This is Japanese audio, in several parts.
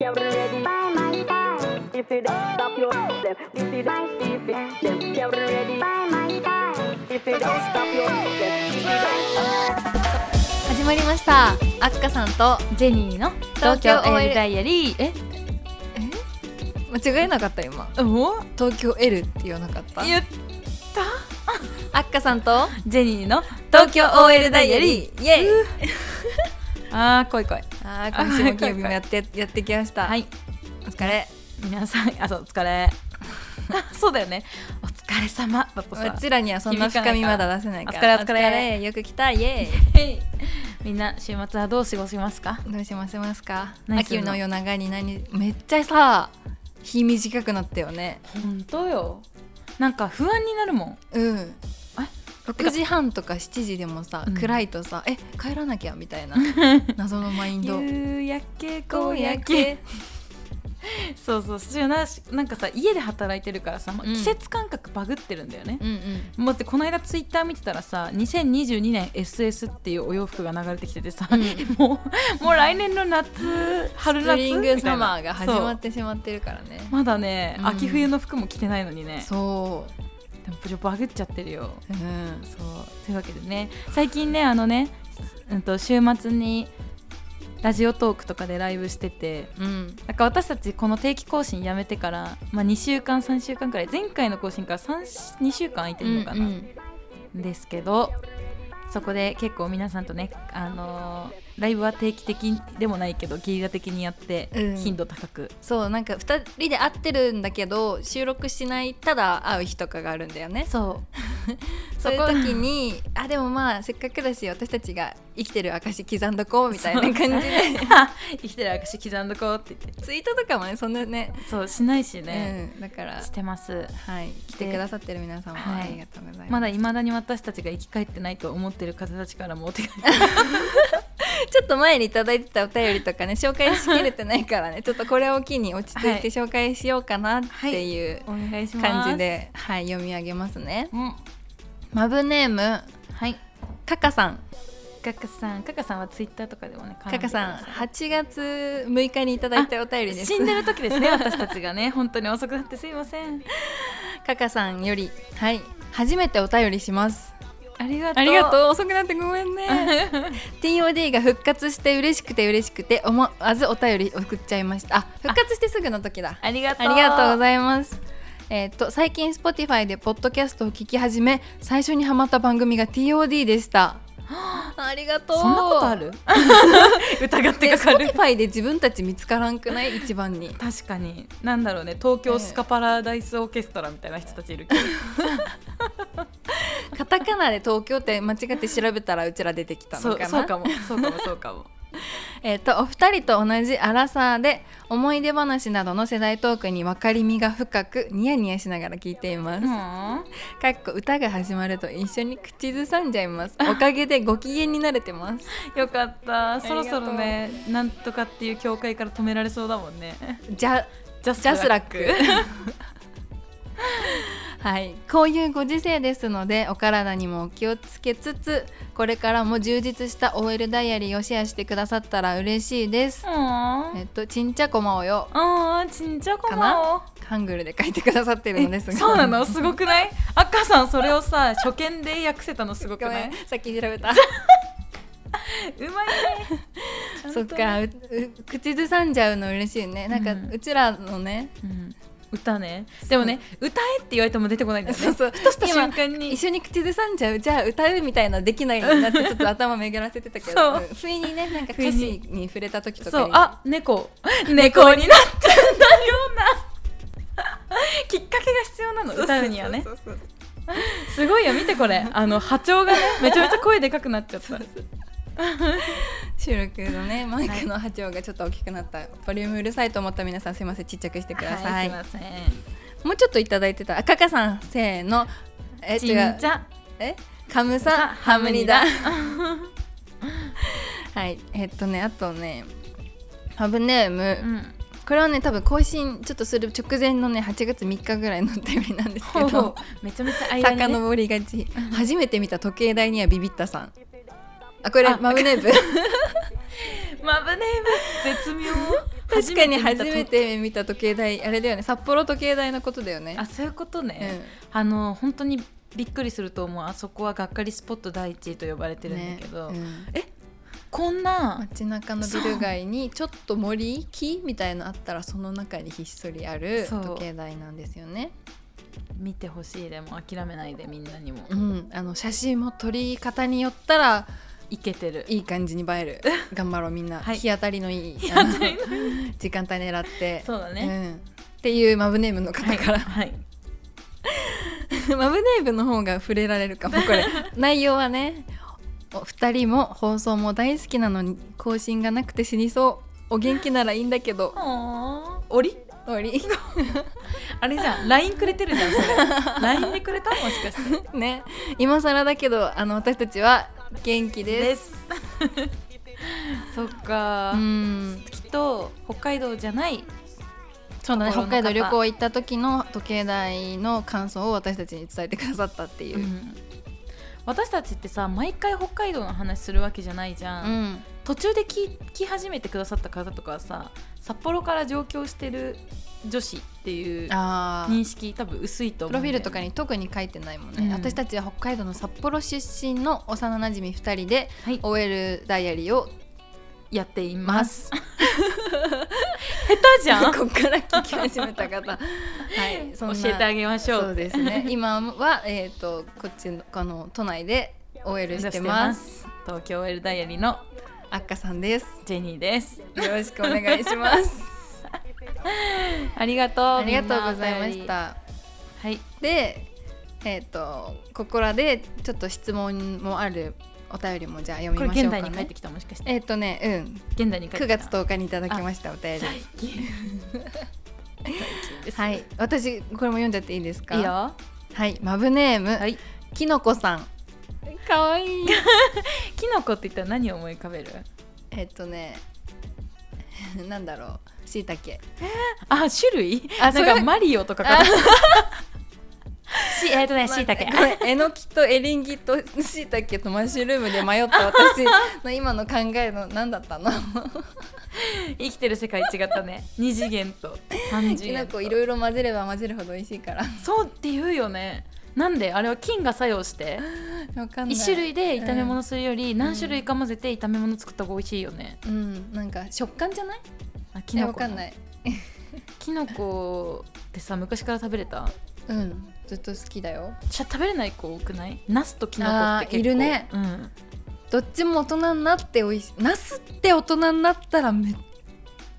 You're ready by my side. If you don't stop your them, if you don't if you them, you're ready by my side. If you don't stop your them, if you don't 始まりましたあっかさんとジェニーの東京 OL ダイアリー間違えなかった今えお東京 L って言わなかった言っあっかさんとジェニーの東京 OL ダイアリーイエイあーこいこいあー今週も金曜日もやってやってきましたはいお疲れ皆さんあそうお 疲れそうだよねお疲れ様だとさうちらにはそんな深みまだ出せないから響かないからお疲れお疲れよく来たイエみんな週末はどう過ごしますかイどうしますますか何する秋のの夜長に何めっちゃさ日短くなったよね本当よなんか不安になるもんうん6時半とか7時でもさ、うん暗いとさえ帰らなきゃみた いな謎のマインド夕焼けこうやけ そうそうそうななんかさ家で働いてるからさ、まあうん季節感覚バグってるんだよねう、んうん待ってこの間ツイッター見てたらさ2022年 SS っていうお洋服が流れてきててさ、うんもうもう来年の夏春ス夏プリングサマーみたいなが始まっそてしまってるからねうまだね、うん秋冬の服も着てないのにねそでもちょっとバグっちゃってるよう、うん、そうというわけでね最近ねあのね、うん、と週末にラジオトークとかでライブしててうん、なんか私たちこの定期更新やめてから、まあ、2週間3週間くらい前回の更新から2週間空いてるのかな、うんですけどそこで結構皆さんとね、あのーライブは定期的でもないけどゲリラ的にやってうん頻度高く、そうなんか2人で会ってるんだけど収録しないただ会う日とかがあるんだよねそう そういう時にあでもまあせっかくだし私たちが生きてる証刻んどこうみたいな感じで 生きてる証刻んどこうって言ってツイートとかもねそんなねそうしないしね、うん、だからしてますはい来てくださってる皆様はあいりがとうございます、まだいまだに私たちが生き返ってないと思ってる方たちからもお手紙ちょっと前にいただいてたお便りとかね紹介しきれてないから ねちょっとこれを機に落ち着いて紹介しようかなっていう お願いします感じで、はい、読み上げますね。うんマブネームはいカカさん、カカさんカカさんはツイッターとかでもね絡んでカカさん、くだ8月6日にいただいたお便りです死。んでる時 ですね私たちがね本当に遅くなってすいませんカカさんより、はい、初めてお便りします。ありがとうありがとう、遅くなってごめんね。TOD が復活して嬉しくて嬉しくて思わずお便り送っちゃいました。あ、復活してすぐの時だ。ありがとあう。りがとうございます。えっ、と最近 Spotify でポッドキャストを聞き始め、最初にハマった番組が TOD で した。ありがとう。そんなことある？ 疑ってでかかる。 Spotify で自分たち見つからんくない一番に。確かに、なんだろうね、東京スカパラダイスオーケストラみたいな人たちいるけど、カタカナで東京って間違って調べたらうちら出てきたそのうかな。そうかも、そうかも、そうか も。えっ、とお二人と同じアラサーで思い出話などの世代トークに分かりみが深くニヤニヤしながら聞いています。かっこ歌が始まると一緒に口ずさんじゃいます。おかげでご機嫌になれてます。よかった、そろそろあね、なんとかっていう教会から止められそうだもんね。じゃジャジャスラック。はい、こういうご時世ですのでお体にもお気をつけつつこれからも充実した OL ダイアリーをシェアしてくださったら嬉しいですう。ん。えっと、ちんちゃこまおよあーちんちゃこかまなハングルで書いてくださってるのですおがそうな のすごくない赤さんそれをさ初見で訳せたのすごくごなめいん さっき調べ たうまいねそっかうう口ずさんじゃうの嬉しいねなんか、ううんちらのねうん歌ねでもね歌えって言われても出てこないんだよねそうそうふとした今瞬間に一緒に口ずさんじゃうじゃあ歌うみたいなできないなってちょっと頭巡らせてたけどそう不意にねなんか歌詞に触れた時とかにそう あ猫猫になったんだような きっかけが必要なの歌うに はねそうそうそうすごいよ見てこれあの波長がねめちゃめちゃ声でかくなっちゃった収録のねマイクの波長がちょっと大きくなった、ボリュームうるさいと思った皆さんすいませんちっちゃくしてください、はいすいまもうちょっといただいてたあかかさんせーのえせんちんちゃゃえカムサハムニダはいえっとねあとねハブネーム、うんこれはね多分更新ちょっとする直前のね8月3日ぐらいのお便りなんですけどめちゃめちゃ間にね遡りがち初めて見た時計台にはビビったさんあこれあ マブネーブマブネーム絶妙 確かに初めて見た時計台あれだよね札幌時計台のことだよねあそういうことね、うんあの本当にびっくりすると思うあそこはがっかりスポット第一と呼ばれてるんだけど、ねうんこんな街中のビル街にちょっと森木みたいのあったらその中にひっそりあるそう時計台なんですよね。見てほしいでも諦めないでみんなにもうん、あの写真も撮り方によったらいけてるいい感じに映 える頑張ろうみんな、はい日当たりのいいあの 時間帯狙ってそうだね、うん、っていうマブネームの方はいから、はい、 マブネームの方が触れられるかもこれ 内容はねお二人も放送も大好きなのに更新がなくて死にそうお元気ならいいんだけどおり終わり あれじゃん LINE くれてるじゃんそれ LINE でくれたもしかしてね今更だけどあの私たちは元気ですす そっか、うんきっと北海道じゃないそうだね心北の海道旅方行行った時の時計台の感想を私たちに伝えてくださったっていうう、ん私たちってさ毎回北海道の話するわけじゃないじゃ、うんん、途中で聞聞き始めてくださった方とかはさ札幌から上京してる女子っていうあー認識多分薄いとプ思うロんフィールだよね、とかに特に書いてないもんね、うん私たちは北海道の札幌出身の幼なじみ2人ではい OL ダイアリーをやっていまますす 下手じゃんここから聞き始めた 方はい そんな教えてあげましょうそうですね今はえっ、とこっちのこの都内で OL してますしてます東京 L ダイアリーのあっかさんですジェニーですよろしくお願いします ありがとうありがとうございまみんしなたお便りでえっ、とここらでちょっと質問もあるお便りもじゃあ読みはいまこしれょう現か代ねに帰ってきたもしかしてえっ、とねうん現代に帰って9きた月10日にいただきましたお便り最近 最近ですはい私これも読んじゃっていいですかいいよはいマブネーム、はいきのこさんかわいいキノコって言ったら何を思い浮かべるえっとね なんだろうしいたけあ種類あなんそかれマリオとかか あとしえっとねしいたけごめんえのきとエリンギとしいたけとマッシュルームで迷った私の今の考えの何だったの生きてる世界違った ね二次元と三次きな元とこいろいろ混ぜれば混ぜるほど美味しいから そうって言うよねなんであれは菌が作用してわかんない一種類で炒め物するより何種類か混ぜて炒め物作った方が美味しいよねうんなんか食感じゃないあキえノわコかんないキノコってさ昔から食べれたうんずっと好きだよじゃ食べれない子多くないナスとキノコって結あー構いるねうん、どっちも大人になって美味しいナスって大人になったらめっ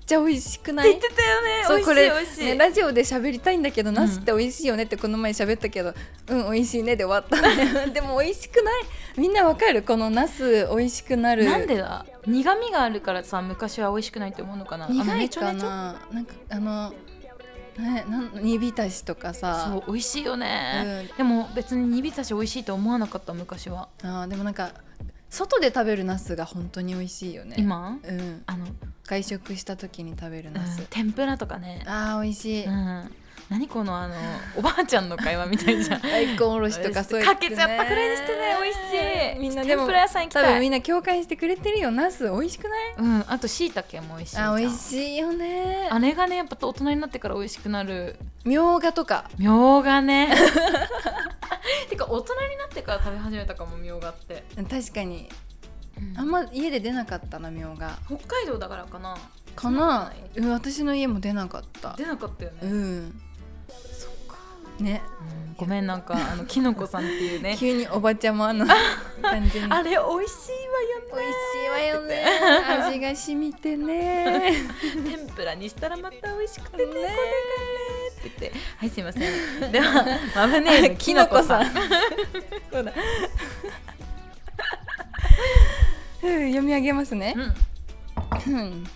ちゃ美味しくない言ってたよねそう美味しこい美れ味しい、ね、ラジオで喋りたいんだけど、ナスって美味しいよねってこの前喋ったけどうん美味しいねで終わった でも美味しくないみんなわかるこのナス美味しくなるなんでだ苦味があるからさ昔は美味しくないと思うのかなあの苦ねいちょねかちょななんかあのねなん煮浸しとかそさう美味しいようね、んでも別に煮浸し美味しいと思わなかった昔は、あーでもなんか外で食べるナスが本当に美味しいよね今うんあの、外食した時に食べるうナス、ん、天ぷらとかね、あー美味しい、うん、何このあのおばあちゃんの会話みたいじゃん大根おろしとかそういうかけちゃったくらいにしてね美味しいみんなでも天ぷら屋さん行き多た分いみんな共感してくれてるよナス美味しくないうん、あとしいたけも美味しいじゃんあ美味しいよねあれがねやっぱ大人になってから美味しく なるみょうがとかみょうがねてか大人になってから食べ始めたかもみょうがって、確かにうんあんま家で出なかったなみょうが北海道だからかなかなうん私の家も出なかった出なかったよね、うんそっかねうんごめんなんかあのきのこさんっていう ね急におばちゃま の感じにあれ美味しいわよ美 味しいわよ ね味が染みてねね天ぷらにしたらまた美味しくてねねこれがねって言ってはいすいませんでは マブネームきのこさんきそうだ うん読み上げますねうん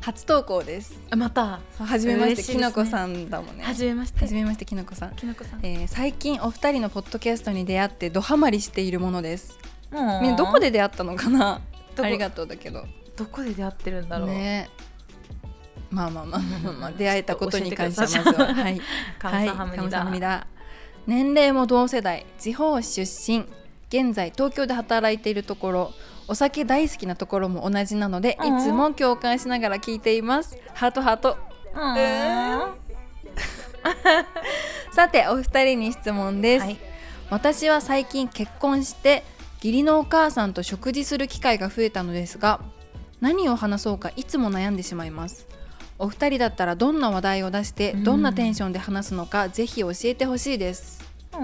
初投稿ですうんまたそう初めまして嬉しいですねきのこさんだもんね初めまして初めましてきのこさんきのこさんえー最近お二人のポッドキャストに出会ってドハマりしているものですもうみんなどこで出会ったのかなどこありがとうだけどどこで出会ってるんだろう、ねまあまあまあまあまあ、ま あ、うん出会えたことに関してちょっはとま教えずてくだはさ いはい カムサハムニはいカだ,、ムサハムニダ年齢も同世代地方出身現在東京で働いているところお酒大好きなところも同じなので、うんいつも共感しながら聞いていますハートハートうんさてお二人に質問です、はい私は最近結婚して義理のお母さんと食事する機会が増えたのですが何を話そうかいつも悩んでしまいますお二人だったらどんな話題を出してうんどんなテンションで話すのか、ぜひ教えてほしいですう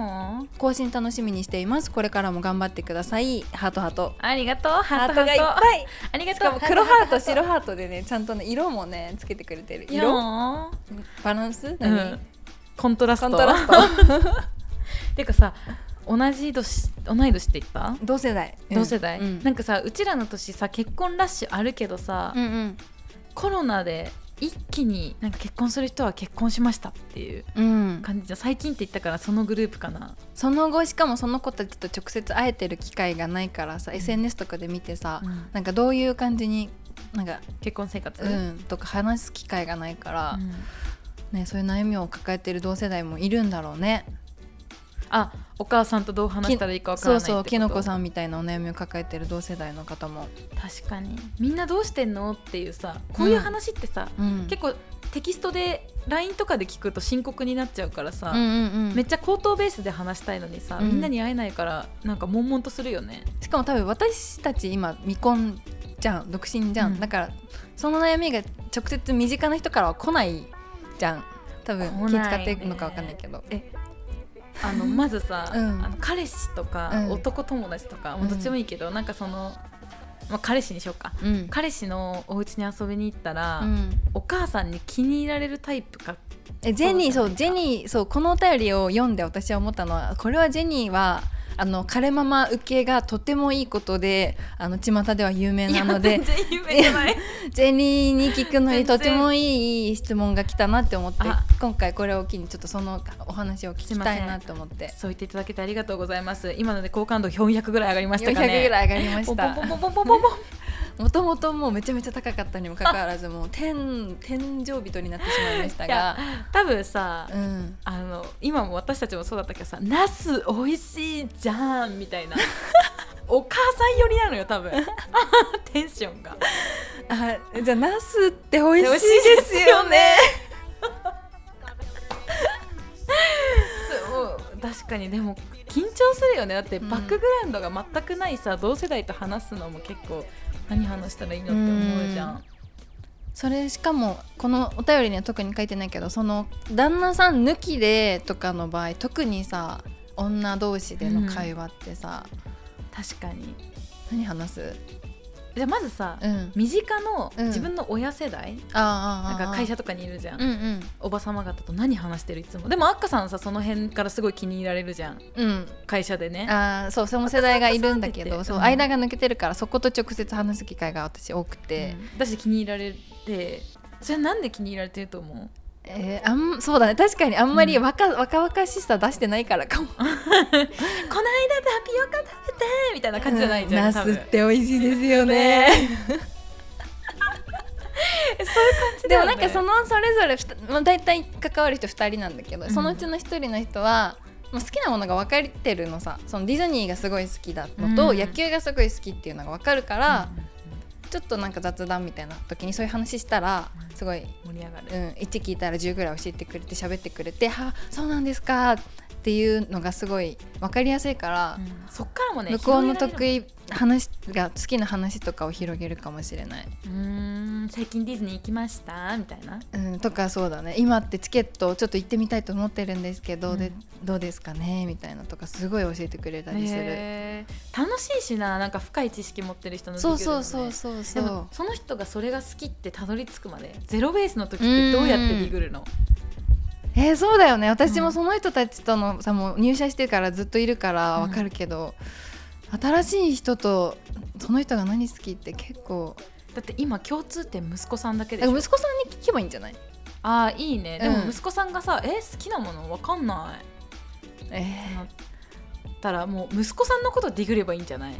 ん更新楽しみにしていますこれからも頑張ってくださいハートハートありがとうハートがいっぱいありがとしうかも黒ハート白ハートでねちゃんとね色もねつけてくれてる色色バランスう何、んコントラスコトントラスト てかさ同じ年同い年って言った同世代同世代、うんなんかさうちらの年さ結婚ラッシュあるけどさ、うんうんコロナで一気になんか結婚する人は結婚しましたっていううん、感じじゃん最近って言ったからそのグループかなその後しかもその子たちと直接会えてる機会がないからさ、SNS とかで見てさ、うんなんかどういう感じになんか、結婚生活、うん、とか話す機会がないからう、んね、そういう悩みを抱えてる同世代もいるんだろうねあお母さんとどう話したらいいかわからそないうそうってこときのこさんみたいなお悩みを抱えてる同世代の方も、確かにみんなどうしてんのっていうさこういう話ってさ、うん、結構テキストで LINE とかで聞くと深刻になっちゃうからさ、うんうんうんめっちゃ口頭ベースで話したいのにさ、うんみんなに会えないからなんか悶々とするよねしかも多分私たち今未婚じゃん独身じゃん、うんだからその悩みが直接身近な人からは来ないじゃん多分来気ないね使ってるのかわかんないけどあのまずさ、うんあの彼氏とか、うん男友達とか、もうどっちでもいいけどなんかその、まあ、彼氏にしようかうん彼氏のお家に遊びに行ったら、うんお母さんに気に入られるタイプかえジェニーそそううじジェニーそうこのお便りを読んで私は思ったのはこれはジェニーはあの彼ママ受けがとてもいいことであの巷では有名なのでいや全然夢じゃない ジェニーに聞くのに全と然てもいい質問が来たなって思ってあ今回これを機にちょっとそのお話を聞きたいなと思って そう言っていただけてありがとうございます今ので好感度400ぐらい上がりました400かねぐらい上がりまポしンポンポたンポンポンポンポンもともともうめちゃめちゃ高かったにもかかわらずもう天天井人になってしまいましたいがや多分さ、うんあの今も私たちもそうだったけどさ「ナス美味しいじゃん」みたい なお母さん寄りなのよ多分 テンションがあじゃあナスって美味しいですよねそう確かにでも緊張するよねだってうんバックグラウンドが全くないさ、同世代と話すのも結構何話したらいいのって思うじゃん、それしかもこのお便りには特に書いてないけどその旦那さん抜きでとかの場合特にさ女同士での会話ってさ、確かに何話すじゃあまずさ、うん身近のうん自分の親世代、あなんあああああか会社とかにいるじゃん、うんうんおば様方と何話してるいつもでもあっかさんさその辺からすごい気に入られるじゃんうん会社でねあーそうその世代がいるんだけど赤坂さんって言ってそううん間が抜けてるからそこと直接話す機会が私多くて、私気に入られてそれなんで気に入られてる と思うえーあんそうだね確かにあんまりうん若,、若々しさ出してないからかもこの間タピオカ食べてみたいな感じじゃないじゃナん、多ス分って美味しいですよ ね でもなんかそののそれぞれふた、まあ、大体関わる人2人なんだけど、うんそのうちの1人の人はもう好きなものが分かってるのさそのディズニーがすごい好きだのと、うん野球がすごい好きっていうのが分かるから、ちょっとなんか雑談みたいな時にそういう話したらすごい盛り上がる、うん、1聞いたら10ぐらい教えてくれて喋ってくれて「はあそうなんですか」っていうのがすごい分かりやすいから、うんそっからもね向こうの広得げられる意話が好きな話とかを広げるかもしれない、うーん最近ディズニー行きましたみたいなうん、とかそうだね今ってチケットちょっと行ってみたいと思ってるんですけど、うんでどうですかねみたいなとかすごい教えてくれたりする。へー楽しいしななんか深い知識持ってる人のそう授業そでもうそうねそうでそもうその人がそれが好きってたどり着くまでゼロベースの時ってどうやってディグるのえーそうだよね私うもんその人たちとのさもう入社してからずっといるからわかるけど、新しい人とその人が何好きって結構だって今共通点息子さんだけでし息ょ子さんに聞けばいいんじゃないあーいいねでもうん息子さんがさ、え好きなものわかんないってえなったらもう息子さんのことディグればいいんじゃないー、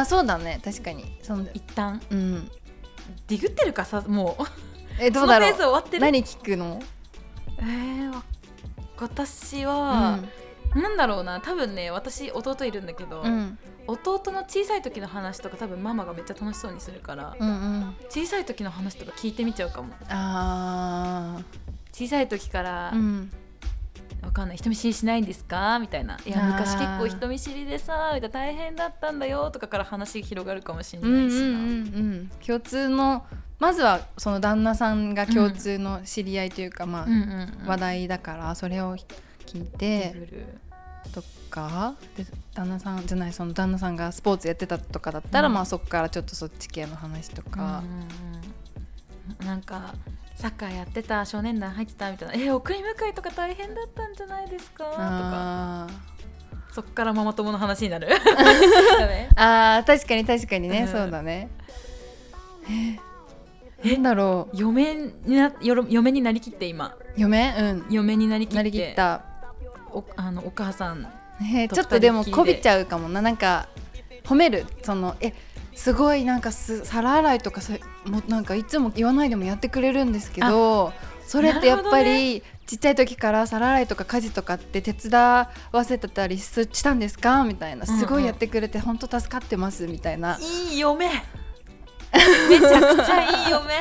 あそうだね確かにその一旦うんディグってるかさもうえどうだろそのペース終うわってる何聞くの、えーわ私うは、んなんだろうな多分ね私弟いるんだけど、うん弟の小さい時の話とか多分ママがめっちゃ楽しそうにするからうんうん小さい時の話とか聞いてみちゃうかもあ小さい時からーうんわかんない人見知りしないんですかみたいないやあー昔結構人見知りでさみたいな大変だったんだよとかから話広がるかもしれうんうんないしな、うんうん共通のまずはその旦那さんが共通の知り合いというか、まうんうんうんあ話題だからそれを聞いて巡るとかで旦那さんじゃないその旦那さんがスポーツやってたとかだったら、うんまあそこからちょっとそっち系の話とかうん、うんうんなんかサッカーやってた少年団入ってたみたいな「え送り迎えとか大変だったんじゃないですか?」とかあーそっからママ友の話 になるあー確かに確かにね、うんそうだねえなんだろう嫁になよろ嫁になりきって今嫁うん嫁になりきってなりきったおあのお母さんね、とちょっとで二も人こきりでびちゃうかもななんか褒めるそのえすごいなんかす皿洗いとかさもうなんかいつも言わないでもやってくれるんですけどそれってやっぱなるり、ちっちゃい時から皿洗いとか家事とかって手伝わせてたりすしたんですかみたいなうんうんすごいやってくれて本当助かってますみたいな、いい嫁めちゃくちゃいい嫁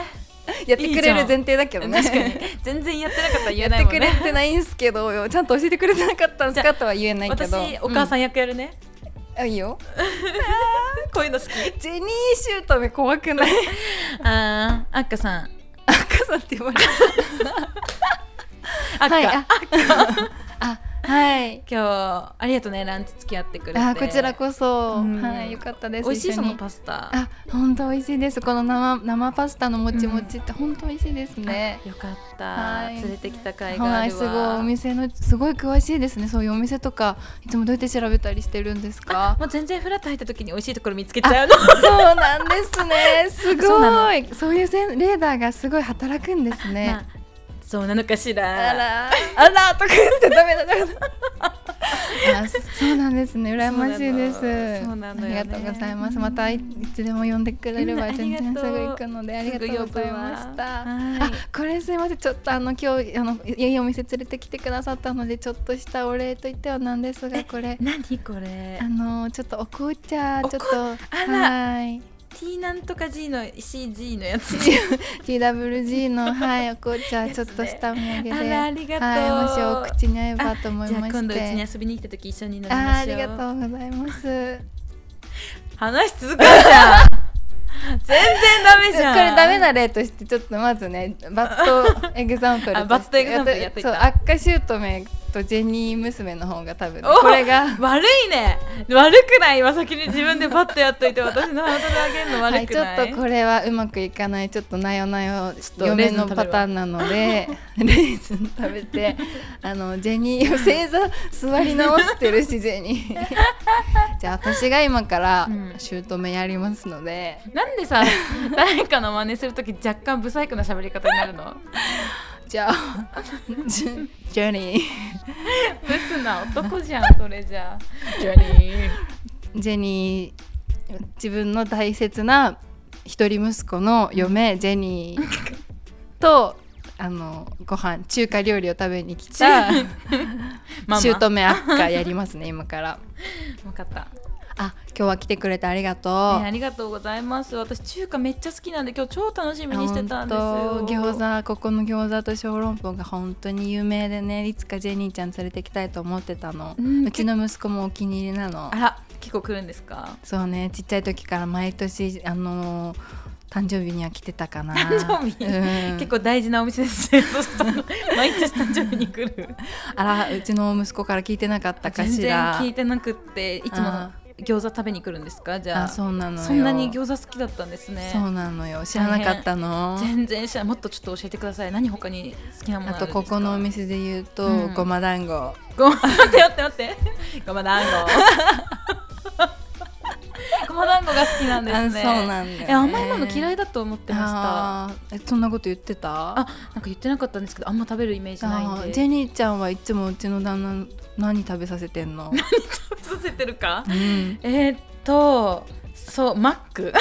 やってくれいいじゃるん前提だけどね確かに全然やってなかったら言やえなっていもんくれねてないんすけどちゃんと教えてくれてなかったんですかとは言えないけど私お母さん、ん役やるね、あいいよこういうの好きジェニーシュートめ怖くないあーあっかさん母さんって言わ れるあっか、はい、 あ、あ、はい。今日ありがとうねランチ付き合ってくれてあ、こちらこそ、うんはい、よかったです。美味しい一緒そにのパスタあ、本当美味しいです。この生、生パスタのもちもちって、本当美味しいですね。よかった、はい連れてきた甲斐がはあい、るすわごい、お店の、すごい詳しいですね。そういうお店とか、いつもどうやって調べたりしてるんですか。もう全然フラット入った時に美味しいところ見つけちゃうのそうなんですね。す そご。うないそういうせん、レーダーがすごい働くんです まねあ。そうなのかしらあら、あら、とか言って、ダメだ、ダメだ。あ、そうなんですね。羨ましいです。そうなのよあねりがとうございます。またいいつでも呼んでくれれば、うん全然すあぐりがとう行くので、ありがとうございました。すぐ呼ぶわあはい、これすいません。ちょっとあの今日あのいいお店連れてきてくださったので、ちょっとしたお礼と言ってはなんですが、これ。何これあのちょっとお紅茶おちょっとあらはい T なんとか G の CG のやつ TWG のはいお紅茶やつちょねっとしたお土産であらありがとう、はい、もしお口に合えばと思いじゃあまして今度うちに遊びに来た時一緒に飲みましょうあーありがとうございます。話続くじゃん全然ダメこじれゃんダメな例としてちょっとまずねバッドエグザンプルとしてあバッドエグザンプルやっといそたう悪化シュート名とジェニー娘の方が多分ねこれが悪いね悪くない今先に自分でパッとやっといて私のハードル上げるのは悪いくちょない、っとこれはうまくいかないちょっとなよなよとレ嫁ーズンの食べるパわターンなのでレーズン食べてあのジェニー正座座り直してるしジェニーじゃあ私が今からうんシュート名やりますので、なんでさ誰かの真似する時若干不細工な喋り方にな るのじゃあジェジェニーブスな男じゃんそれじゃジョニージェニー自分の大切な一人息子の嫁ジェニーとあのご飯中華料理を食べに来たママシュート目アッカーやります ね今から分かった、ねあ今日は来てくれてありがとう、ありがとうございます私中華めっちゃ好きなんで今日超楽しみにしてたんですよ本当餃子ここの餃子と小籠包が本当に有名でねいつかジェニーちゃん連れてきたいと思ってたの、ううんちの息子もお気に入りなのあら結構来るんですかそうねちっちゃい時から毎年あのー誕生日には来てたかな誕生日うん結構大事なお店で すねそしたら毎年誕生日に来るあらうちの息子から聞いてなかったか全し然ら聞いてなくっていつもあ餃子食べに来るんですかじゃああそうなのよそんなに餃子好きだったんですねそうなのよ知らなかったの全然知らないもっとちょっと教えてください何他に好きなものああるんとですこかこのお店で言うと、うんごま団子ごま待って待って待ってご ま団子ごま団子が好きなんですねあそうなんだよねえ甘いもの嫌いだと思ってましたあーえそんなこと言ってたあなんか言ってなかったんですけどあんま食べるイメージないあー んジェでニーちゃんはいつもうちの旦那何食べさせてんの、食べさせ てるかうんえーっとそうマック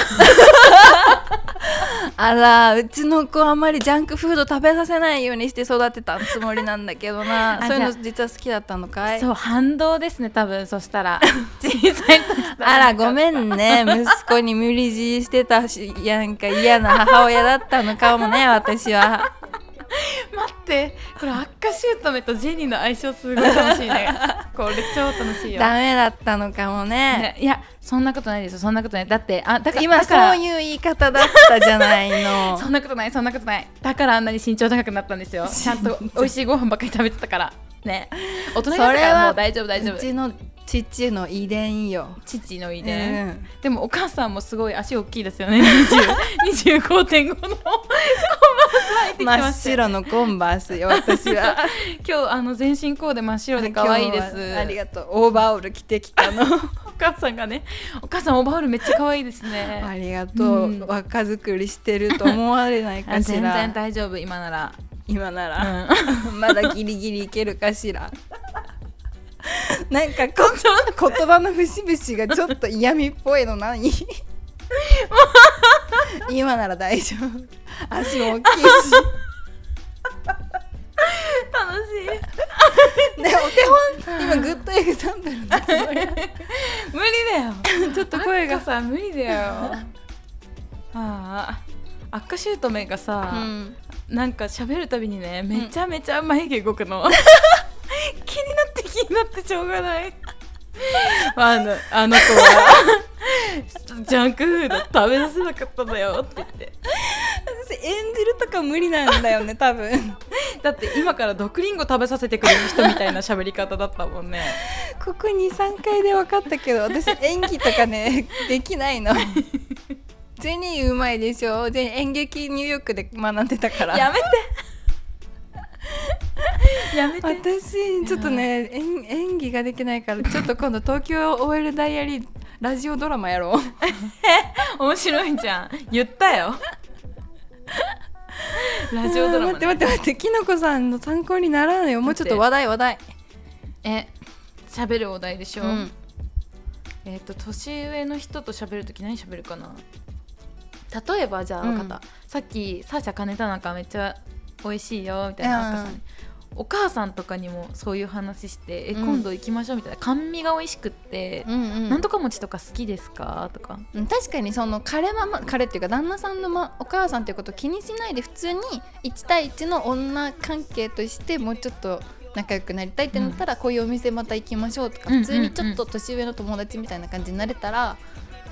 あらうちの子あんまりジャンクフード食べさせないようにして育てたつもりなんだけどなあそういうじの実は好きだったのかいそう反動ですね多分そしたら 小さい時あらごんめんね息子に無理強いしてたしなんか嫌な母親だったのかもね私は 待ってこれアッカシュートメとジェニーの相性すごい楽しい ねこれ超楽しいよダメだったのかもねねいやそんなことないですよそんなことないだってあだから今だそからういう言い方だったじゃない のそんなことないそんなことないだからあんなに身長高くなったんです よちゃんと美味しいご飯ばっかり食べてたからね大人になったからもう大丈夫大丈う夫ちの父の遺伝よ父の遺う伝、んでもお母さんもすごい足大きいですよね20 25.5のコンバース履いてきて真まっす白のコンバースよ私は今日あの全身コーデ真っ白 で可愛いです今日はありがとうオーバーオール着てきたのお母さんがねお母さんオーバーオールめっちゃ可愛いですねありがとう、うん若作りしてると思われないあかし全ら然大丈夫今なら、今なうら、ん、 まだギリギリいけるかしらなんかこ言葉の節々がちょっと嫌味っぽいのない 今なら大丈夫足も大きいし楽しね、お手本今グッドエグザンプルのつもりだっい無理だよ ちょっと声がさ無理 だよああ悪化シュート目がさた、なんか喋るたびにねめちゃめちゃ眉毛動く の、気になって気になってしょうがない あのあの子は ジャンクフード食べさせなかったんだよって言って私演じるとか無理なんだよね多分だって今から毒リンゴ食べさせてくれる人みたいな喋り方だったもんねここ23回で分かったけど私演技とかねできないのジェニーうまいでしょジェニー演劇ニューヨークで学んでたからやめてやめて私ちょっとね演演技ができないからちょっと今度東京 OL ダイアリーラジオドラマやろう面白いじゃん言った よラジオドラマ、ね、待って待って待ってきのこさんの参考にならないよもうちょっと話題話題え喋るお題でしょ、うんえっ、と年上の人と喋るとき何喋るかな例えばじゃあうん分かった、さっきサーシャ金田中めっちゃ美味しいよみたいな、うん赤さんにお母さんとかにもそういう話して「えうん今度行きましょう」みたいな「甘味が美味しくって、んうなんとか餅とか好きですか?」とかうん確かにその彼ママ彼っていうか旦那さんの、ま、お母さんっていうことを気にしないで普通に1対1の女関係としてもうちょっと仲良くなりたいってなったら、こういうお店また行きましょうとか、うん普通にちょっと年上の友達みたいな感じになれたら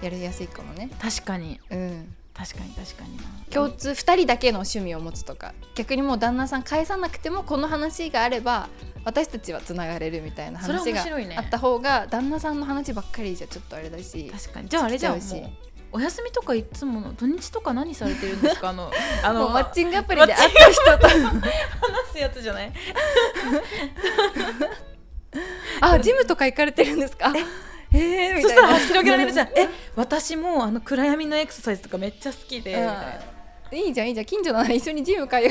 やりやすいかもね。確かにうん確かに確かにな共通2人だけの趣味を持つとか逆にもう旦那さん返さなくてもこの話があれば私たちはつながれるみたいなそれ話が面白いねあった方が旦那さんの話ばっかりじゃちょっとあれだし確かにじゃああれじゃんも付き合ううしお休みとかいつもの土日とか何されてるんですかあのあものうマッチングアプリで会った人と話すやつじゃないあ、ジムとか行かれてるんですか。ええそしたら広げられるじゃん。え、私もあの暗闇のエクササイズとかめっちゃ好きで、みたいなうんいいじゃん、いいじゃん、近所なら一緒にジム通う。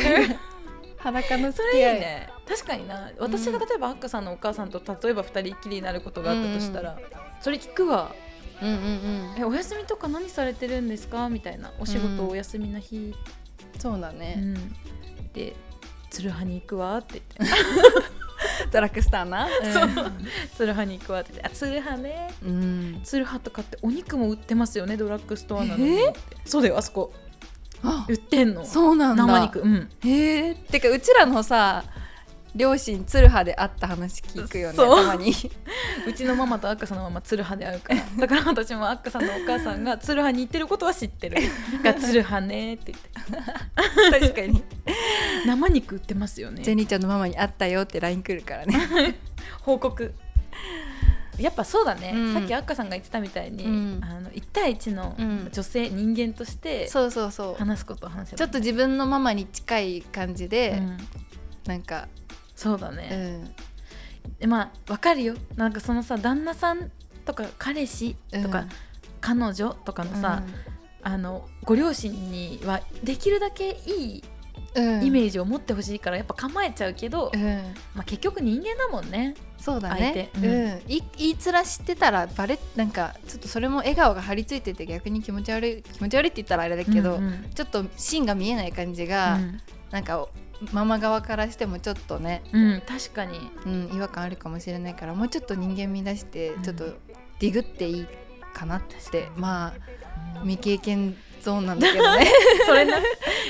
裸の付それき合いいい。ね。確かにな。私が例えばアッカさんのお母さんと例えば二人っきりになることがあったとしたら、それ聞くわ。うんうんうん。え、お休みとか何されてるんですかみたいな。お仕う事んお休みの日、そうだうね。ん、で。ツルハに行くわって言っドラッグスターな。て、 そうツルハに行くわって言って、あツルハねうん。うん。ツルハとかってお肉も売ってますよねドラッグストアなのに、えそうだよあそこあ売、ってんのそうなんだ。生肉。うんへえ。てかうちらのさ、両親ツルハで会った話聞くよね。たそうまに。うちのママとアッカさんのママツルハで会 うからだから私もアッカさんのお母さんがツルハに行ってることは 知ってるがツルハねって言っ確か に。て生肉売ってますよジェねニーちゃんのママに会ったよってライン来るからね。報告やっぱそうだね、うんさっきアッカさんが言ってたみたいに、うんあの1対1のうん女性、人間とし てそうそうそう。話すことを話せばちょっと自分のママに近い感じうで、んなんか、そうだうね、ん、でまあわかるよなんかそのさ旦那さんとか彼氏とか、うん彼女とかのさ、うんあのご両親にはできるだけいいうんイメージを持ってほしいからやっぱ構えちゃうけど、うん、まあ、結局人間だもんねそうだね、う相手うんんい言い面してたらバレなんかちょっとそれも笑顔が張り付いてて逆に気持ち悪い気持ち悪いって言ったらあれだけど、うんうんちょっと芯が見えない感じが、なんかおママ側からしてもちょっとね、うんうん確かにうん、違和感あるかもしれないからもうちょっと人間見出してんちょっとディグっていいかなって、まあ未経験ゾーンなんだけど ね それな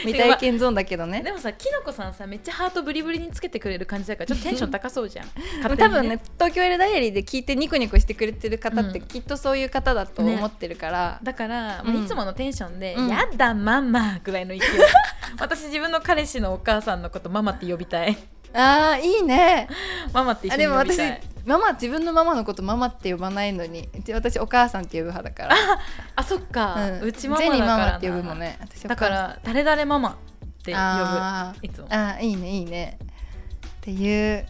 未体験ゾーンだけどねでもさきのこさんさめっちゃハートブリブリにつけてくれる感じだからちょっとテンション高そうじゃん勝手多に分ね東京エルダイアリーで聞いてニコニコしてくれてる方ってうんきっとそういう方だとね思ってるから、だから、うんいつものテンションで「うんやだママ」ぐらいの勢い 私自分の彼氏のお母さんのことママって呼びたいあーいいねママって一あ緒にでも呼び私たいママ自分のママのことママって呼ばないのにうち私お母さんって呼ぶ派だからあそっか、ううんちママジだェかニーらマなマって呼ぶもんね私お母ださかんら「誰々ママ」って呼ぶあーいつもあーいいねいいねっていう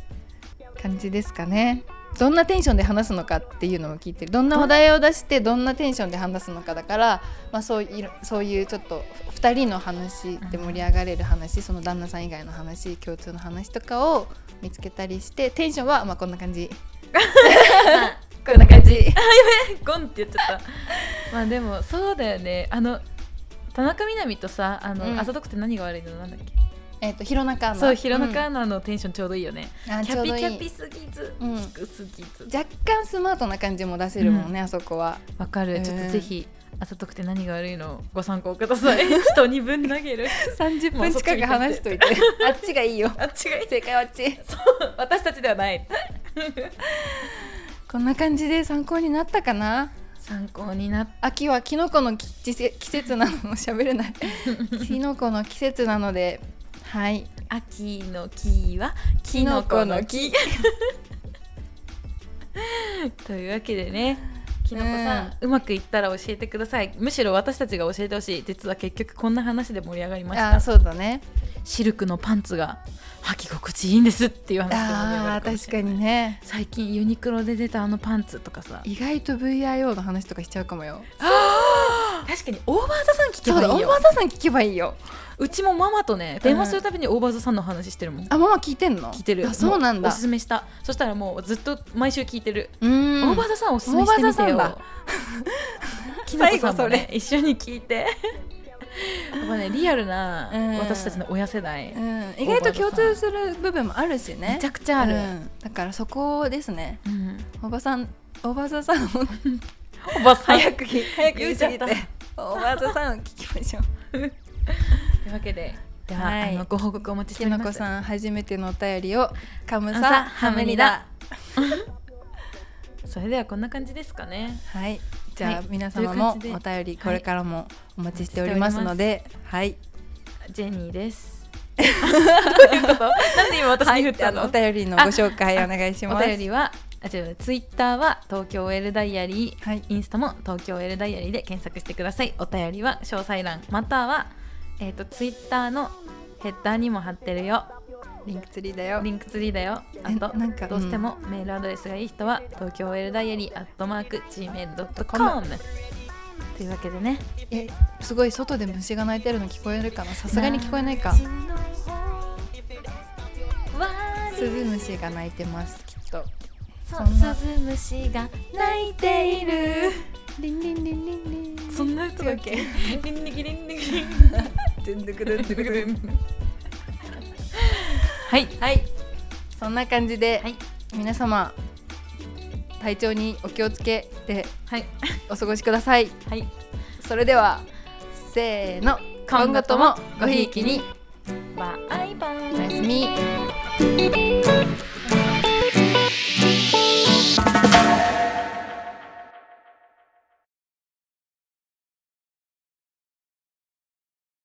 感じですかねどんなテンションで話すのかっていうのも聞いてるどんなお題を出してどんなテンションで話すのかだから、まあ、そういうそういうちょっと2人の話で盛り上がれる話、その旦那さん以外の話共通の話とかを見つけたりしてテンションはまあこんな感じ こんな感じゴンって言っちゃった まあでもそうだよねあの田中みな実とさあの、うんあざとくて何が悪いのなんだっけ えっと弘中アナそう弘中うアナのテンションちょうどいいよね、んあキちょうャピどいキいャピすぎず、うん低すぎず若干スマートな感じも出せるもんね、あそこはわかうるんちょっとぜひあざとくて何が悪いのをご参考く ださい人にぶん投げる30分近く話しとい てあっちがいいよあ違い正解はあっち私たちではないこんな感じで参考になったかな参考になっ秋はキノコの季節季節なの 喋れない キノコの季節なのではい秋の木はキノコの木 というわけでねきのこさん、うまくいったら教えてくださいむしろ私たちが教えてほしい実は結局こんな話で盛り上がりましあーたそうだねシルクのパンツが履き心地いいんですっていう話で盛り上があるーもし確れなかいにね最近ユニクロで出たあのパンツとかさ意外と VIO の話とかしちゃうかもよ確かにオーバーザさん聞けそうばいいだオよーバーザさん聞けばいいようちもママとね電話するたびにオーバーザさんの話してるもん、あママ聞いてんの聞いてるあそうなんもだおすすめしたそしたらもうずっと毎週聞いてる、うーんオーバーザさんおすすめしてみてオー よバーザさんだきのこさんもね一緒に聞いてやっぱねリアルなうん私たちの親世代、うん意外と共通する部分もあるしねめちゃくちゃある、うんだからそこですねうんおばさんおばささんをおばさん早く聞 早く言いすぎて言っちおばささんを聞きましょうというわけででは、はいあのご報告お待ちしてきおりのまこすさん初めてのお便りをカムサ朝ハハムムニニだだ それではこんな感じですかねはいじゃあはい皆様もおとい便う感じでりこれからもお待ちしておりますのではいジェニ ーです。どういうこと？なんで今私に振っあたの？のお便りのご紹介お願いしおます便りは、あ、違う、ツイッターは東京 L ダイアリー、はいインスタも東京 L ダイアリーで検索してください。お便りは詳細欄またはえっ、とツイッターのヘッダーにも貼ってるよ。リンクツリーだよリンクツリーだよ。あえとなんかどうしてもメールアドレスがいい人は東京 L ダイアリーアットマーク gmail ドットコム。というわけでね。えすごい外で虫が鳴いてるの聞こえるかなさすがに聞こえないか夏の終わりスズムシが鳴いてますきっとそそんなう、スズムシが鳴いている。リンリンリンリンリンそんなだっけリンリキリンリキリン。全力ではい。はい。そんな感じで、はい。皆様体調にお気をつけてはい。お過ごしくださいはい。それではせーの今今後後ととももごひごひいいききににバイバイお。やすみ